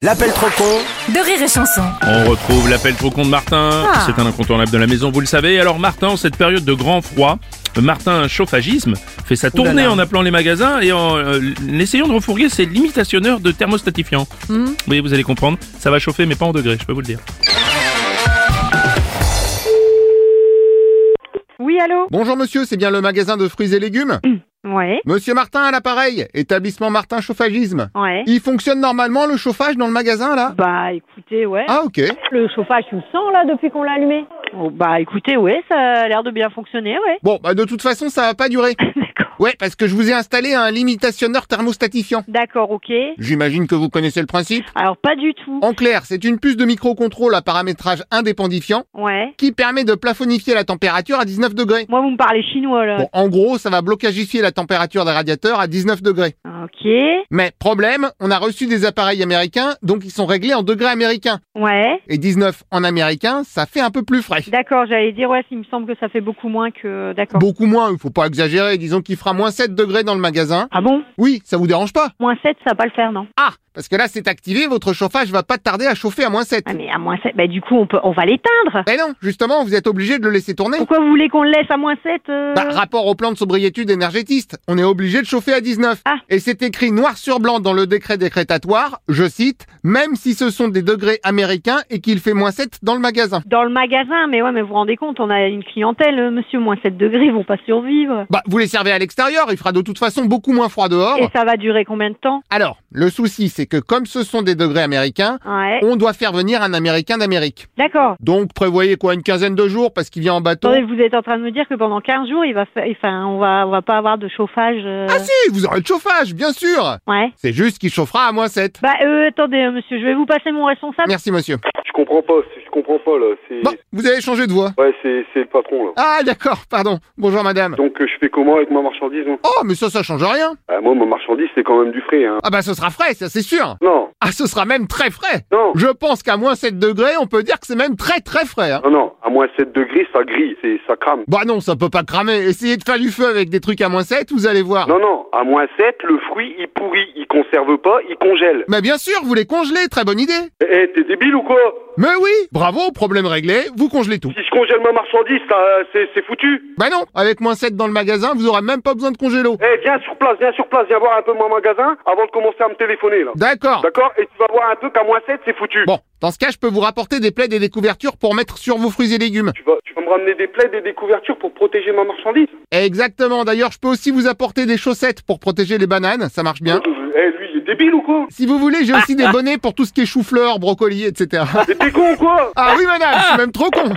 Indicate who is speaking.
Speaker 1: L'appel trop con
Speaker 2: de rire et chanson.
Speaker 3: On retrouve l'appel trop con de Martin.
Speaker 2: Ah.
Speaker 3: C'est un incontournable de la maison, vous le savez. Alors Martin, en cette période de grand froid, Martin Chauffagisme fait sa tournée en appelant les magasins et en euh, essayant de refourguer ses limitationneurs de thermostatifiants. Oui, vous allez comprendre, ça va chauffer mais pas en degrés, je peux vous le dire.
Speaker 4: Oui, allô
Speaker 5: Bonjour monsieur, c'est bien le magasin de fruits et légumes
Speaker 4: Ouais,
Speaker 5: Monsieur Martin à l'appareil, établissement Martin Chauffagisme.
Speaker 4: ouais.
Speaker 5: Il fonctionne normalement le chauffage dans le magasin là
Speaker 4: Bah écoutez, ouais.
Speaker 5: Ah ok.
Speaker 4: Le chauffage, tu le sens là depuis qu'on l'a allumé oh, Bah écoutez, ouais, ça a l'air de bien fonctionner, ouais.
Speaker 5: Bon, bah de toute façon ça va pas durer.
Speaker 4: D'accord.
Speaker 5: Ouais, parce que je vous ai installé un limitationneur thermostatifiant.
Speaker 4: D'accord, ok.
Speaker 5: J'imagine que vous connaissez le principe.
Speaker 4: Alors pas du tout.
Speaker 5: En clair, c'est une puce de microcontrôle à paramétrage indépendifiant
Speaker 4: Ouais.
Speaker 5: qui permet de plafonifier la température à 19 degrés.
Speaker 4: Moi, vous me parlez chinois là.
Speaker 5: Bon, en gros, ça va blocagifier la température des radiateurs à 19 degrés.
Speaker 4: Ah, Ok.
Speaker 5: Mais problème, on a reçu des appareils américains, donc ils sont réglés en degrés américains.
Speaker 4: Ouais.
Speaker 5: et 19 en américain, ça fait un peu plus frais.
Speaker 4: D'accord, j'allais dire, ouais, il me semble que ça fait beaucoup moins que. D'accord.
Speaker 5: Beaucoup moins, il faut pas exagérer, disons qu'il fera moins 7 degrés dans le magasin.
Speaker 4: Ah bon
Speaker 5: Oui, ça vous dérange pas
Speaker 4: Moins 7, ça va pas le faire, non
Speaker 5: Ah, parce que là c'est activé, votre chauffage va pas tarder à chauffer à moins 7.
Speaker 4: Ah, mais à moins 7, bah du coup, on, peut... on va l'éteindre
Speaker 5: Mais non, justement, vous êtes obligé de le laisser tourner.
Speaker 4: Pourquoi vous voulez qu'on le laisse à moins 7 euh,
Speaker 5: Bah, rapport au plan de sobriétude énergétiste, on est obligé de chauffer à 19.
Speaker 4: Ah.
Speaker 5: Et c'est écrit noir sur blanc dans le décret décrétatoire, je cite, même si ce sont des degrés américains et qu'il fait moins 7 dans le magasin.
Speaker 4: Dans le magasin, mais ouais, mais vous vous rendez compte, on a une clientèle, euh, monsieur, moins 7 degrés, ils vont pas survivre.
Speaker 5: Bah, vous les servez à l'extérieur, il fera de toute façon beaucoup moins froid dehors.
Speaker 4: Et ça va durer combien de temps
Speaker 5: Alors, le souci, c'est que comme ce sont des degrés américains,
Speaker 4: hein, Ouais.
Speaker 5: on doit faire venir un Américain d'Amérique.
Speaker 4: D'accord.
Speaker 5: Donc, prévoyez quoi, une quinzaine de jours parce qu'il vient en bateau
Speaker 4: Attendez, vous êtes en train de me dire que pendant 15 jours, il va fa- enfin, on va, on va pas avoir de chauffage. euh,
Speaker 5: Ah si, vous aurez le chauffage, bien sûr
Speaker 4: Ouais.
Speaker 5: C'est juste qu'il chauffera à moins 7.
Speaker 4: Bah, euh, attendez, euh, monsieur, je vais vous passer mon responsable.
Speaker 5: Merci, monsieur.
Speaker 6: Je comprends pas, c'est- je comprends pas là, c'est
Speaker 5: Bon, vous avez changé de voix.
Speaker 6: ouais, c'est c'est le patron là.
Speaker 5: Ah, d'accord, pardon. Bonjour, madame.
Speaker 6: Donc euh, je fais comment avec ma marchandise moi
Speaker 5: Oh, mais ça, ça change rien.
Speaker 6: Ah, Moi ma marchandise c'est quand même du frais hein.
Speaker 5: Ah bah, ce sera frais, ça, c'est sûr.
Speaker 6: Non,
Speaker 5: Ah, ce sera même très frais.
Speaker 6: non,
Speaker 5: Je pense qu'à moins 7 degrés, on peut dire que c'est même très, très frais. hein.
Speaker 6: non, non, à moins 7 degrés ça grille, c'est ça crame.
Speaker 5: Bah non, ça peut pas cramer. Essayez de faire du feu avec des trucs à moins 7, vous allez voir.
Speaker 6: Non, non, à moins 7 le fruit il pourrit, il conserve pas, il congèle.
Speaker 5: Mais bien sûr, vous les congelez, très bonne idée.
Speaker 6: Eh eh, t'es débile ou quoi
Speaker 5: Mais oui, bravo, problème réglé, vous congelez tout.
Speaker 6: Si je congèle ma marchandise ça, euh, c'est c'est foutu.
Speaker 5: Bah non, avec moins 7 dans le magasin, vous aurez même pas besoin de congélo.
Speaker 6: Eh viens sur place, viens sur place, viens voir un peu mon magasin avant de commencer à me téléphoner là.
Speaker 5: D'accord.
Speaker 6: D'accord Et tu vas voir un peu qu'à moins 7 c'est foutu.
Speaker 5: Ah. Bon, dans ce cas, je peux vous rapporter des plaies et des couvertures pour mettre sur vos fruits et légumes.
Speaker 6: Tu vas, tu vas me ramener des plaids et des couvertures pour protéger ma marchandise
Speaker 5: Exactement, d'ailleurs, je peux aussi vous apporter des chaussettes pour protéger les bananes, ça marche bien.
Speaker 6: Euh, Eh, lui, il est débile ou quoi
Speaker 5: Si vous voulez, j'ai aussi des bonnets pour tout ce qui est chou-fleur, brocoli, etc.
Speaker 6: Mais t'es con ou quoi
Speaker 5: Ah oui, madame, je suis même trop con.